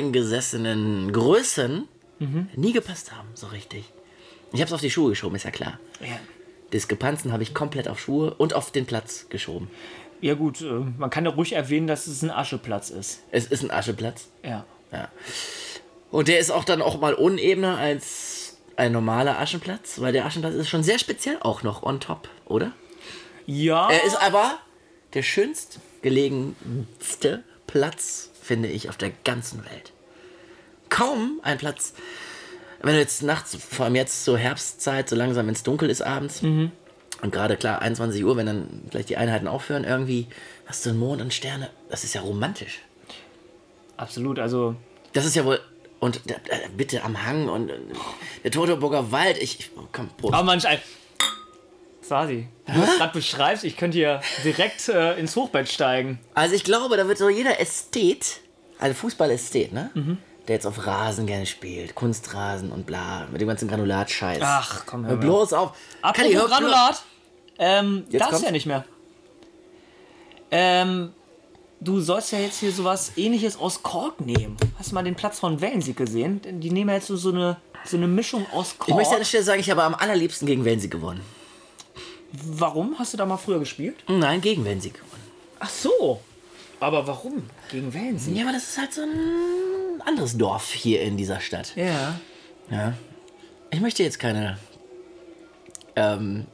Speaker 1: alteingesessenen Größen
Speaker 2: Mhm.
Speaker 1: nie gepasst haben, so richtig. Ich habe es auf die Schuhe geschoben, ist ja klar.
Speaker 2: Ja,
Speaker 1: Diskrepanzen habe ich komplett auf Schuhe und auf den Platz geschoben.
Speaker 2: ja gut, äh, man kann ja ruhig erwähnen, dass es ein Ascheplatz ist.
Speaker 1: Es ist ein Ascheplatz.
Speaker 2: Ja.
Speaker 1: Ja. Und der ist auch dann auch mal unebener als ein normaler Aschenplatz, weil der Aschenplatz ist schon sehr speziell auch noch on top, oder?
Speaker 2: Ja.
Speaker 1: Er ist aber der schönst gelegenste Platz, finde ich, auf der ganzen Welt. Kaum ein Platz. Wenn du jetzt nachts, vor allem jetzt zur Herbstzeit, so langsam, wenn es dunkel ist abends, und gerade klar 21 Uhr, wenn dann vielleicht die Einheiten aufhören, irgendwie hast du einen Mond und Sterne. Das ist ja romantisch.
Speaker 2: absolut, also
Speaker 1: Das ist ja wohl. Und da, da, bitte am Hang und äh, der Teutoburger Wald. Ich. ich oh, komm, Prost.
Speaker 2: Aber manch ein. Sasi, wie du es gerade beschreibst, ich könnte hier direkt äh, ins Hochbett steigen.
Speaker 1: Also ich glaube, da wird so jeder Ästhet, also Fußballästhet, ne?
Speaker 2: Mhm.
Speaker 1: Der jetzt auf Rasen gerne spielt, Kunstrasen und bla, mit dem ganzen Granulatscheiß.
Speaker 2: Ach, komm, hör
Speaker 1: Hör
Speaker 2: mal.
Speaker 1: bloß auf. Kalli,
Speaker 2: Apropos
Speaker 1: hör bloß-
Speaker 2: Granulat, ähm, darfst
Speaker 1: kommt's.
Speaker 2: du ja nicht mehr. Ähm, du sollst ja jetzt hier sowas ähnliches aus Kork nehmen. Hast du mal den Platz von Wellensieg gesehen? Die nehmen ja jetzt so, so, eine, so eine Mischung aus Kork.
Speaker 1: Ich möchte an der Stelle sagen, ich habe am allerliebsten gegen Wensig gewonnen.
Speaker 2: warum? Hast du da mal früher gespielt?
Speaker 1: Nein, gegen Wensig gewonnen.
Speaker 2: Ach so. Aber warum? Gegen Wellensieg?
Speaker 1: Ja, aber das ist halt so ein anderes Dorf hier in dieser Stadt.
Speaker 2: Ja.
Speaker 1: Ja. Ich möchte jetzt keine ähm,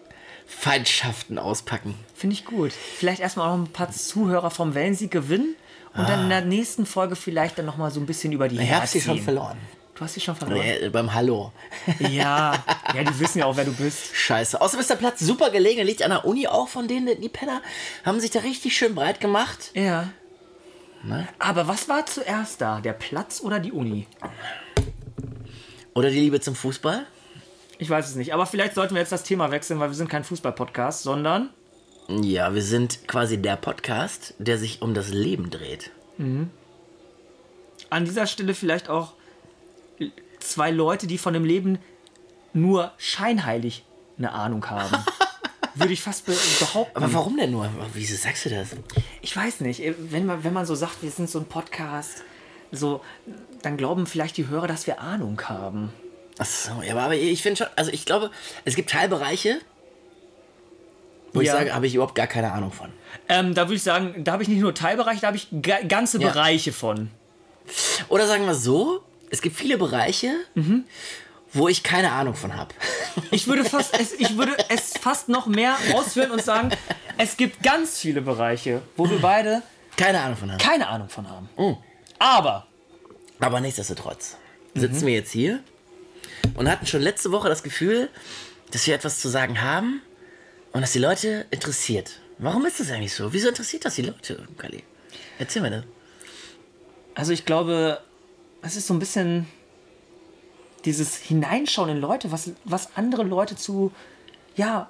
Speaker 1: Feindschaften auspacken.
Speaker 2: Finde ich gut. Vielleicht erstmal auch noch ein paar Zuhörer vom Wellensieg gewinnen und dann in der nächsten Folge vielleicht dann nochmal so ein bisschen über die
Speaker 1: Ich habe Ah. sie
Speaker 2: herziehen.
Speaker 1: schon verloren.
Speaker 2: Du hast sie schon verloren?
Speaker 1: Äh, beim Hallo.
Speaker 2: ja. Ja, die wissen ja auch, wer du bist.
Speaker 1: Scheiße. Außerdem ist der Platz super gelegen. Er liegt an der Uni auch von denen. Die Penner haben sich da richtig schön breit gemacht.
Speaker 2: Ja. Ne? Aber was war zuerst da? Der Platz oder die Uni?
Speaker 1: Oder die Liebe zum Fußball.
Speaker 2: Ich weiß es nicht. Aber vielleicht sollten wir jetzt das Thema wechseln, weil wir sind kein Fußball-Podcast, sondern
Speaker 1: Ja, wir sind quasi der Podcast, der sich um das Leben dreht.
Speaker 2: an dieser Stelle vielleicht auch zwei Leute, die von dem Leben nur scheinheilig eine Ahnung haben. Würde ich fast be behaupten.
Speaker 1: Aber warum denn nur? Wieso sagst du das?
Speaker 2: Ich weiß nicht, eh, wenn man, wenn man so sagt, wir sind so ein Podcast, so, dann glauben vielleicht die Hörer, dass wir Ahnung haben.
Speaker 1: Ach so, ja, aber- aber ich finde schon, also ich glaube, es gibt Teilbereiche, wo ich
Speaker 2: Ja.
Speaker 1: sage, habe ich überhaupt gar keine Ahnung von.
Speaker 2: Ähm, da würde ich sagen, da habe ich nicht nur Teilbereiche, da habe ich ga ganze
Speaker 1: Ja.
Speaker 2: Bereiche von.
Speaker 1: Oder sagen wir so, es gibt viele Bereiche, wo ich keine Ahnung von habe.
Speaker 2: Ich würde, fast, es, ich würde es fast noch mehr ausführen und sagen, Es gibt ganz viele Bereiche, wo wir beide
Speaker 1: Keine Ahnung von haben.
Speaker 2: keine Ahnung von haben. Aber
Speaker 1: Aber nichtsdestotrotz sitzen wir jetzt hier und hatten schon letzte Woche das Gefühl, dass wir etwas zu sagen haben und dass die Leute interessiert. Warum ist das eigentlich so? Wieso interessiert das die Leute, Kali? Erzähl mir das.
Speaker 2: Also ich glaube, es ist so ein bisschen dieses Hineinschauen in Leute, was, was andere Leute zu, ja,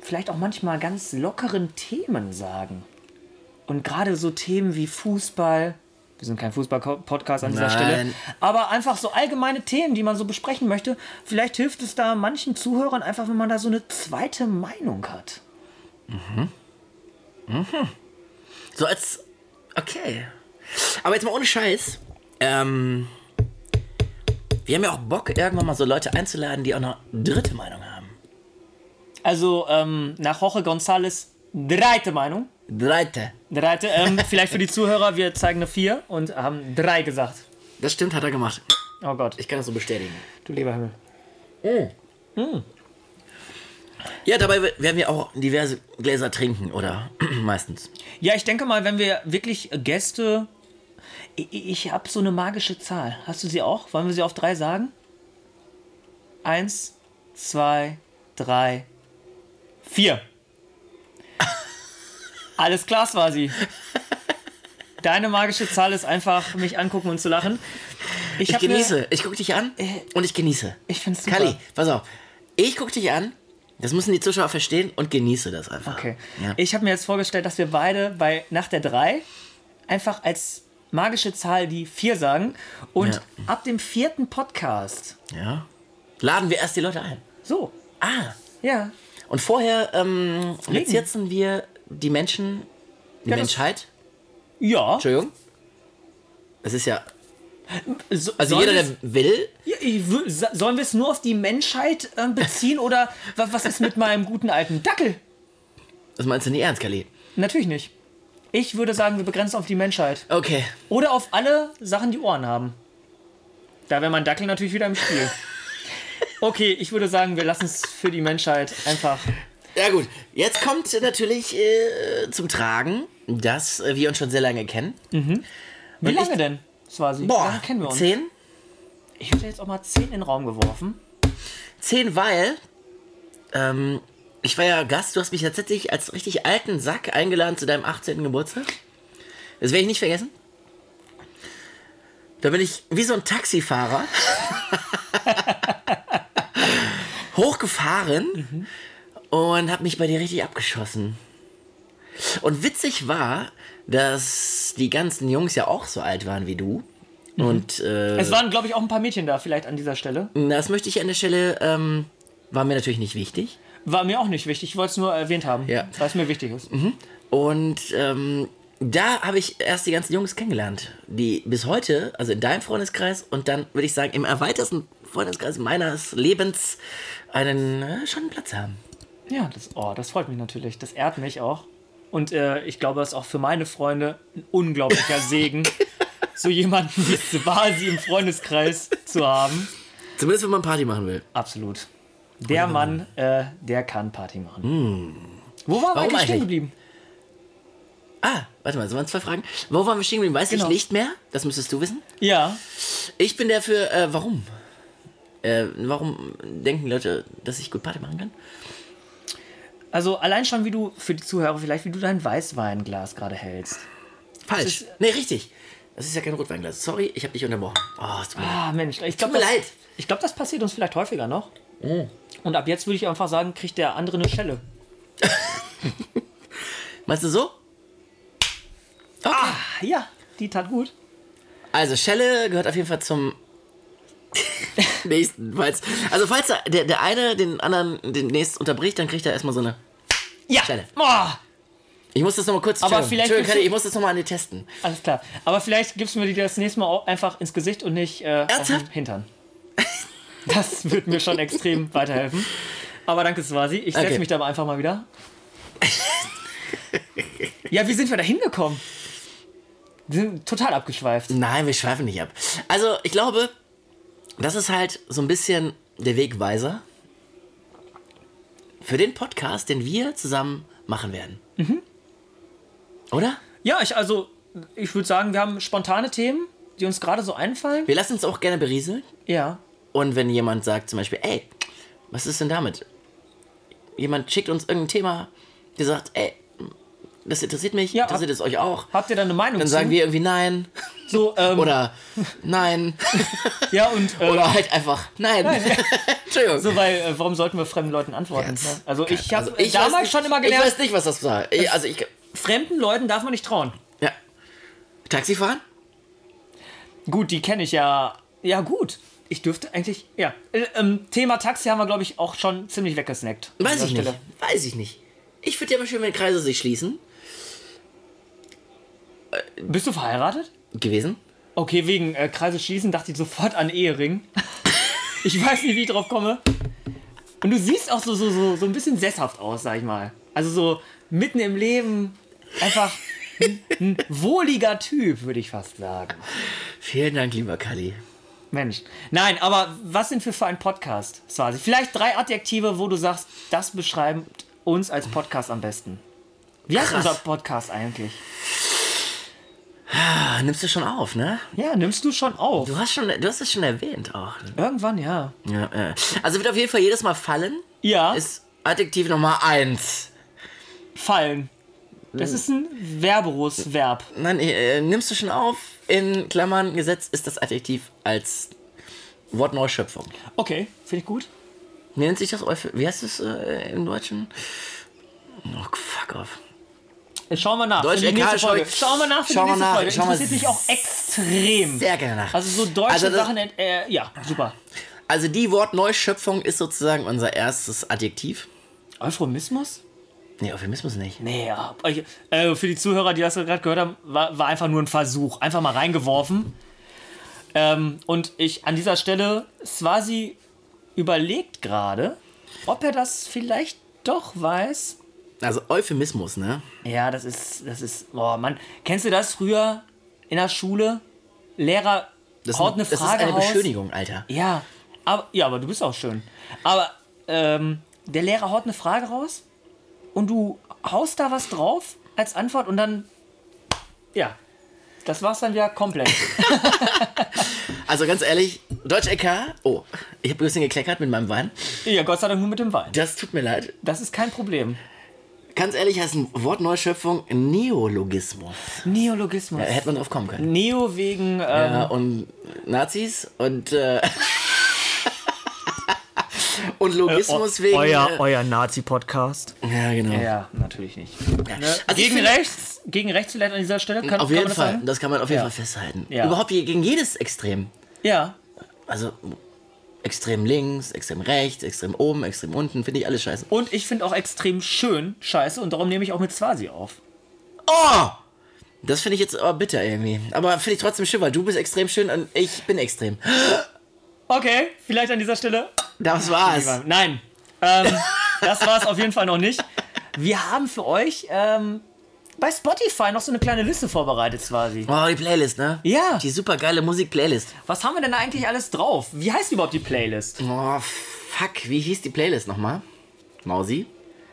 Speaker 2: vielleicht auch manchmal ganz lockeren Themen sagen. Und gerade so Themen wie Fußball, wir sind kein Fußball-Podcast an dieser
Speaker 1: Nein.
Speaker 2: Stelle, aber einfach so allgemeine Themen, die man so besprechen möchte. Vielleicht hilft es da manchen Zuhörern einfach, wenn man da so eine zweite Meinung hat.
Speaker 1: So als. Okay. Aber jetzt mal ohne Scheiß. Ähm, wir haben ja auch Bock, irgendwann mal so Leute einzuladen, die auch noch dritte Meinung haben.
Speaker 2: Also ähm, nach Jorge González, dreite Meinung.
Speaker 1: Dritte.
Speaker 2: Dreite, ähm, vielleicht für die Zuhörer, wir zeigen eine 4 und haben 3 gesagt.
Speaker 1: Das stimmt, hat er gemacht.
Speaker 2: Oh Gott,
Speaker 1: Ich kann das so bestätigen.
Speaker 2: du lieber Himmel.
Speaker 1: Hm. Ja, dabei werden wir auch diverse Gläser trinken, oder? Meistens.
Speaker 2: Ja, ich denke mal, wenn wir wirklich Gäste. Ich, ich habe so eine magische Zahl. Hast du sie auch? Wollen wir sie auf 3 sagen? 1, 2, 3, 4. Alles klar, Swasi. Deine magische Zahl ist einfach mich angucken und zu lachen. Ich,
Speaker 1: Ich
Speaker 2: hab ne-
Speaker 1: genieße. Ich gucke dich an und ich genieße.
Speaker 2: Ich find's super.
Speaker 1: Kali, pass auf. Ich gucke dich an, das müssen die Zuschauer verstehen und genieße das einfach.
Speaker 2: Okay.
Speaker 1: Ja.
Speaker 2: Ich habe mir jetzt vorgestellt, dass wir beide bei nach der 3 einfach als magische Zahl die 4 sagen und
Speaker 1: Ja.
Speaker 2: ab dem vierten Podcast.
Speaker 1: ja. Laden wir erst die Leute ein.
Speaker 2: So.
Speaker 1: Ah.
Speaker 2: Ja.
Speaker 1: Und vorher ähm,
Speaker 2: Reden.
Speaker 1: setzen wir die Menschen, die
Speaker 2: Ja, das-
Speaker 1: Menschheit.
Speaker 2: Ja.
Speaker 1: Entschuldigung. Es ist ja.
Speaker 2: So,
Speaker 1: Also jeder, der will.
Speaker 2: ja, ich wü- so- sollen wir es nur auf die Menschheit ähm, beziehen oder wa- was ist mit meinem guten alten Dackel?
Speaker 1: Das meinst du nicht ernst, Kali?
Speaker 2: Natürlich nicht. Ich würde sagen, wir begrenzen auf die Menschheit.
Speaker 1: Okay.
Speaker 2: Oder auf alle Sachen, die Ohren haben. Da wäre mein Dackel natürlich wieder im Spiel. Okay, ich würde sagen, wir lassen es für die Menschheit einfach
Speaker 1: Ja gut, jetzt kommt natürlich äh, zum Tragen, dass äh, wir uns schon sehr lange kennen.
Speaker 2: Wie lange denn? Swasi? Wie lange
Speaker 1: Boah,
Speaker 2: kennen wir uns?
Speaker 1: zehn?
Speaker 2: Ich hätte jetzt auch mal 10 in den Raum geworfen.
Speaker 1: Zehn, weil ähm, ich war ja Gast, du hast mich tatsächlich als richtig alten Sack eingeladen zu deinem 18. Geburtstag. Das werde ich nicht vergessen. Da bin ich wie so ein Taxifahrer hochgefahren und habe mich bei dir richtig abgeschossen. Und witzig war, dass die ganzen Jungs ja auch so alt waren wie du. Und äh,
Speaker 2: Es waren, glaube ich, auch ein paar Mädchen da, vielleicht an dieser Stelle.
Speaker 1: das möchte ich an der Stelle, ähm, war mir natürlich nicht wichtig.
Speaker 2: War mir auch nicht wichtig. Ich wollte es nur erwähnt haben,
Speaker 1: Ja. Mhm.
Speaker 2: weil es mir wichtig ist.
Speaker 1: Und ähm, da habe ich erst die ganzen Jungs kennengelernt, die bis heute, also in deinem Freundeskreis und dann würde ich sagen im erweiterten Freundeskreis meines Lebens einen äh, schon einen Platz haben.
Speaker 2: Ja, das, oh, das freut mich natürlich. Das ehrt mich auch. Und äh, ich glaube, das ist auch für meine Freunde ein unglaublicher Segen, so jemanden wie Swasi im Freundeskreis zu haben.
Speaker 1: Zumindest wenn man Party machen will.
Speaker 2: Absolut. Der Mann, äh, der kann Party machen. Wo waren wir
Speaker 1: Hm. Warum
Speaker 2: eigentlich stehen
Speaker 1: eigentlich?
Speaker 2: geblieben?
Speaker 1: Ah, warte mal, das waren zwei Fragen. Wo waren wir stehen geblieben? Weiß
Speaker 2: Genau.
Speaker 1: ich nicht mehr. Das müsstest du wissen.
Speaker 2: Ja,
Speaker 1: Ich bin der für, äh, warum? Äh, warum denken Leute, dass ich gut Party machen kann?
Speaker 2: Also allein schon, wie du für die Zuhörer vielleicht, wie du dein Weißweinglas gerade hältst.
Speaker 1: Falsch. nee, richtig. Das ist ja kein Rotweinglas. Sorry, ich habe dich unterbrochen. Oh, es tut mir leid.
Speaker 2: Ah Mensch, ich
Speaker 1: Tut
Speaker 2: glaube,
Speaker 1: mir
Speaker 2: das,
Speaker 1: leid. Oh.
Speaker 2: ich glaub, das passiert uns vielleicht häufiger noch. Und ab jetzt würde ich einfach sagen, kriegt der andere eine Schelle.
Speaker 1: Meinst du so?
Speaker 2: Ah, ja, die tat gut.
Speaker 1: Also Schelle gehört auf jeden Fall zum nächsten. Falls, also falls der, der eine den anderen den nächsten unterbricht, dann kriegt er erstmal so eine.
Speaker 2: Ja.
Speaker 1: Schelle.
Speaker 2: Oh,
Speaker 1: Ich muss das nochmal kurz.
Speaker 2: Aber
Speaker 1: Entschuldigung,
Speaker 2: vielleicht
Speaker 1: Entschuldigung,
Speaker 2: gibt's-
Speaker 1: Kalle, ich muss das nochmal an dir testen.
Speaker 2: alles klar. Aber vielleicht gibst du mir die das nächste Mal auch einfach ins Gesicht und nicht äh, auf den
Speaker 1: Ernsthaft?
Speaker 2: Hintern. Das wird mir schon extrem weiterhelfen. Aber danke, Swasi. Ich setze
Speaker 1: Okay.
Speaker 2: mich da aber einfach mal wieder. ja, wie sind wir da hingekommen? Wir sind total abgeschweift.
Speaker 1: Nein, wir schweifen nicht ab. Also ich glaube, das ist halt so ein bisschen der Wegweiser für den Podcast, den wir zusammen machen werden.
Speaker 2: Mhm.
Speaker 1: Oder?
Speaker 2: Ja, ich also, ich würde sagen, wir haben spontane Themen, die uns gerade so einfallen.
Speaker 1: Wir lassen uns auch gerne berieseln.
Speaker 2: Ja.
Speaker 1: Und wenn jemand sagt zum Beispiel, ey, was ist denn damit? Jemand schickt uns irgendein Thema, der sagt, ey, das interessiert mich,
Speaker 2: Ja, Hm?
Speaker 1: interessiert es euch auch.
Speaker 2: Habt ihr da eine Meinung
Speaker 1: Dann
Speaker 2: zu?
Speaker 1: sagen wir irgendwie nein
Speaker 2: so, ähm,
Speaker 1: oder nein
Speaker 2: ja und äh,
Speaker 1: oder halt einfach nein. Entschuldigung.
Speaker 2: so, weil äh, warum sollten wir fremden Leuten antworten?
Speaker 1: Jetzt.
Speaker 2: Ne? Also ich habe
Speaker 1: Also ich weiß
Speaker 2: damals
Speaker 1: nicht-
Speaker 2: schon immer
Speaker 1: Ich
Speaker 2: gelernt,
Speaker 1: weiß nicht, was das war. Ich- Also ich.
Speaker 2: fremden Leuten darf man nicht trauen.
Speaker 1: Ja. Taxifahren?
Speaker 2: Gut, die kenne ich ja. Ja gut, ich dürfte eigentlich ja. Äh, ähm, Thema Taxi haben wir glaube ich auch schon ziemlich weggesnackt. an
Speaker 1: Weiß
Speaker 2: dieser
Speaker 1: ich nicht.
Speaker 2: Stelle.
Speaker 1: Weiß ich nicht. Ich finde ja immer schön, wenn Kreise sich schließen.
Speaker 2: Bist du verheiratet?
Speaker 1: Gewesen?
Speaker 2: Okay, wegen äh, Kreise schließen dachte ich sofort an Ehering. ich weiß nicht, wie ich drauf komme. Und du siehst auch so, so, so, so ein bisschen sesshaft aus, sag ich mal. Also so mitten im Leben, einfach ein, ein wohliger Typ, würde ich fast sagen.
Speaker 1: Vielen Dank, lieber Kali.
Speaker 2: Mensch. Nein, aber was sind wir für ein Podcast, Swasi? Vielleicht drei Adjektive, wo du sagst, das beschreibt uns als Podcast am besten. Wie heißt
Speaker 1: Krass.
Speaker 2: unser Podcast eigentlich?
Speaker 1: Ah, nimmst du schon auf, ne?
Speaker 2: Ja, nimmst du schon auf.
Speaker 1: Du hast schon, du hast es schon erwähnt auch. ne?
Speaker 2: Irgendwann, ja.
Speaker 1: Ja, äh. Also wird auf jeden Fall jedes Mal fallen.
Speaker 2: Ja,
Speaker 1: Ist Adjektiv Nummer eins.
Speaker 2: fallen. Das ist ein verboros Verb.
Speaker 1: Nein, äh, nimmst du schon auf. In Klammern Gesetz ist das Adjektiv als Wortneuschöpfung.
Speaker 2: Okay, finde ich gut.
Speaker 1: Wie nennt sich das? Euph- Wie heißt es äh, im Deutschen? Oh, fuck off.
Speaker 2: Schauen wir nach.
Speaker 1: Deutsch,
Speaker 2: für die nächste
Speaker 1: egal, schau-
Speaker 2: Folge. Schauen wir nach für
Speaker 1: schauen
Speaker 2: die
Speaker 1: wir
Speaker 2: nächste
Speaker 1: nach,
Speaker 2: Folge.
Speaker 1: schauen wir
Speaker 2: Interessiert mich auch extrem.
Speaker 1: Sehr gerne nach.
Speaker 2: Also so deutsche
Speaker 1: Also das-
Speaker 2: Sachen, äh, ja, super.
Speaker 1: Also die Wortneuschöpfung ist sozusagen unser erstes Adjektiv.
Speaker 2: Euphemismus?
Speaker 1: Nee, Euphemismus nicht.
Speaker 2: Nee, ja. Äh, für die Zuhörer, die das gerade gehört haben, war, war einfach nur ein Versuch. Einfach mal reingeworfen. Ähm, und ich an dieser Stelle, Swazi überlegt gerade, ob er das vielleicht doch weiß.
Speaker 1: Also Euphemismus, ne?
Speaker 2: Ja, das ist, das ist, oh Mann. Kennst du das früher in der Schule? Lehrer
Speaker 1: Das
Speaker 2: haut eine
Speaker 1: ist,
Speaker 2: Frage
Speaker 1: Das ist eine
Speaker 2: raus.
Speaker 1: Beschönigung, Alter.
Speaker 2: Ja, aber, ja, aber du bist auch schön. Aber ähm, der Lehrer haut eine Frage raus und du haust da was drauf als Antwort und dann, ja, das war's dann wieder komplett.
Speaker 1: Also ganz ehrlich, Deutsch LK. Oh, ich habe ein bisschen gekleckert mit meinem Wein.
Speaker 2: ja, Gott sei Dank nur mit dem Wein.
Speaker 1: Das tut mir leid.
Speaker 2: Das ist kein Problem.
Speaker 1: Ganz ehrlich heißt ein Wortneuschöpfung Neologismus.
Speaker 2: Neologismus.
Speaker 1: Da hätte man drauf kommen können.
Speaker 2: Neo wegen, ähm,
Speaker 1: Ja, und Nazis und äh, und Logismus wegen. äh,
Speaker 2: euer Nazi-Podcast.
Speaker 1: ja, genau.
Speaker 2: Ja, natürlich nicht.
Speaker 1: Also ich
Speaker 2: gegen
Speaker 1: finde-
Speaker 2: rechts, gegen rechts vielleicht an dieser Stelle. Kann,
Speaker 1: Auf
Speaker 2: kann
Speaker 1: jeden
Speaker 2: man
Speaker 1: Fall,
Speaker 2: Das sagen?
Speaker 1: das kann man auf jeden
Speaker 2: Ja.
Speaker 1: Fall festhalten.
Speaker 2: Ja.
Speaker 1: Überhaupt je- gegen jedes Extrem.
Speaker 2: Ja,
Speaker 1: Also extrem links, extrem rechts, extrem oben, extrem unten, finde ich alles scheiße.
Speaker 2: und ich finde auch extrem schön Scheiße und darum nehme ich auch mit Swazi auf.
Speaker 1: Oh! Das finde ich jetzt aber bitter irgendwie. Aber finde ich trotzdem schön, weil du bist extrem schön und ich bin extrem.
Speaker 2: Okay, vielleicht an dieser Stelle.
Speaker 1: Das war's.
Speaker 2: Nein, ähm, das war es auf jeden Fall noch nicht. Wir haben für euch ähm, bei Spotify noch so eine kleine Liste vorbereitet, Swazi.
Speaker 1: Oh, die Playlist, ne?
Speaker 2: Ja.
Speaker 1: Die super geile Musik-Playlist.
Speaker 2: Was haben wir denn da eigentlich alles drauf? Wie heißt überhaupt die Playlist?
Speaker 1: Oh, fuck. Wie hieß die Playlist nochmal? Mausi?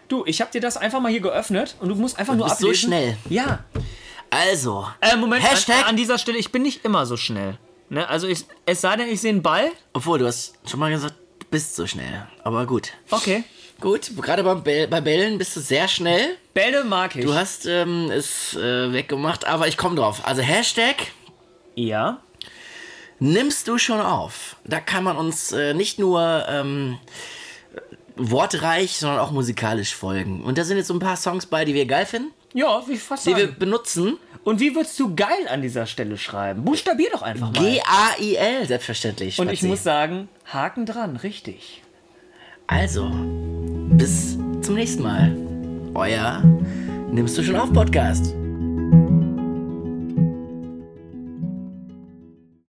Speaker 2: Du, ich habe dir das einfach mal hier geöffnet und du musst einfach nur
Speaker 1: bist so
Speaker 2: ablesen.
Speaker 1: schnell.
Speaker 2: Ja.
Speaker 1: Also.
Speaker 2: Äh, Moment,
Speaker 1: Hashtag.
Speaker 2: An, an dieser Stelle, ich bin nicht immer so schnell. Ne? Also ich, es sei denn, ich sehe einen Ball.
Speaker 1: obwohl, du hast schon mal gesagt, du bist so schnell. Aber gut.
Speaker 2: Okay.
Speaker 1: Gut, gerade beim Bell, bei Bällen bist du sehr schnell.
Speaker 2: Bälle mag ich.
Speaker 1: Du hast ähm, es äh, weggemacht, aber ich komme drauf. Also Hashtag
Speaker 2: ja.
Speaker 1: nimmst du schon auf. Da kann man uns äh, nicht nur ähm, wortreich, sondern auch musikalisch folgen. Und da sind jetzt so ein paar Songs bei, die wir geil finden,
Speaker 2: Ja, wie fast
Speaker 1: die wir
Speaker 2: sagen.
Speaker 1: benutzen.
Speaker 2: Und wie würdest du geil an dieser Stelle schreiben? Buchstabier doch einfach mal.
Speaker 1: G-A-I-L, selbstverständlich.
Speaker 2: Und ich
Speaker 1: Spatzi.
Speaker 2: muss sagen, Haken dran, richtig.
Speaker 1: Also, bis zum nächsten Mal. Euer Nimmst du schon auf Podcast.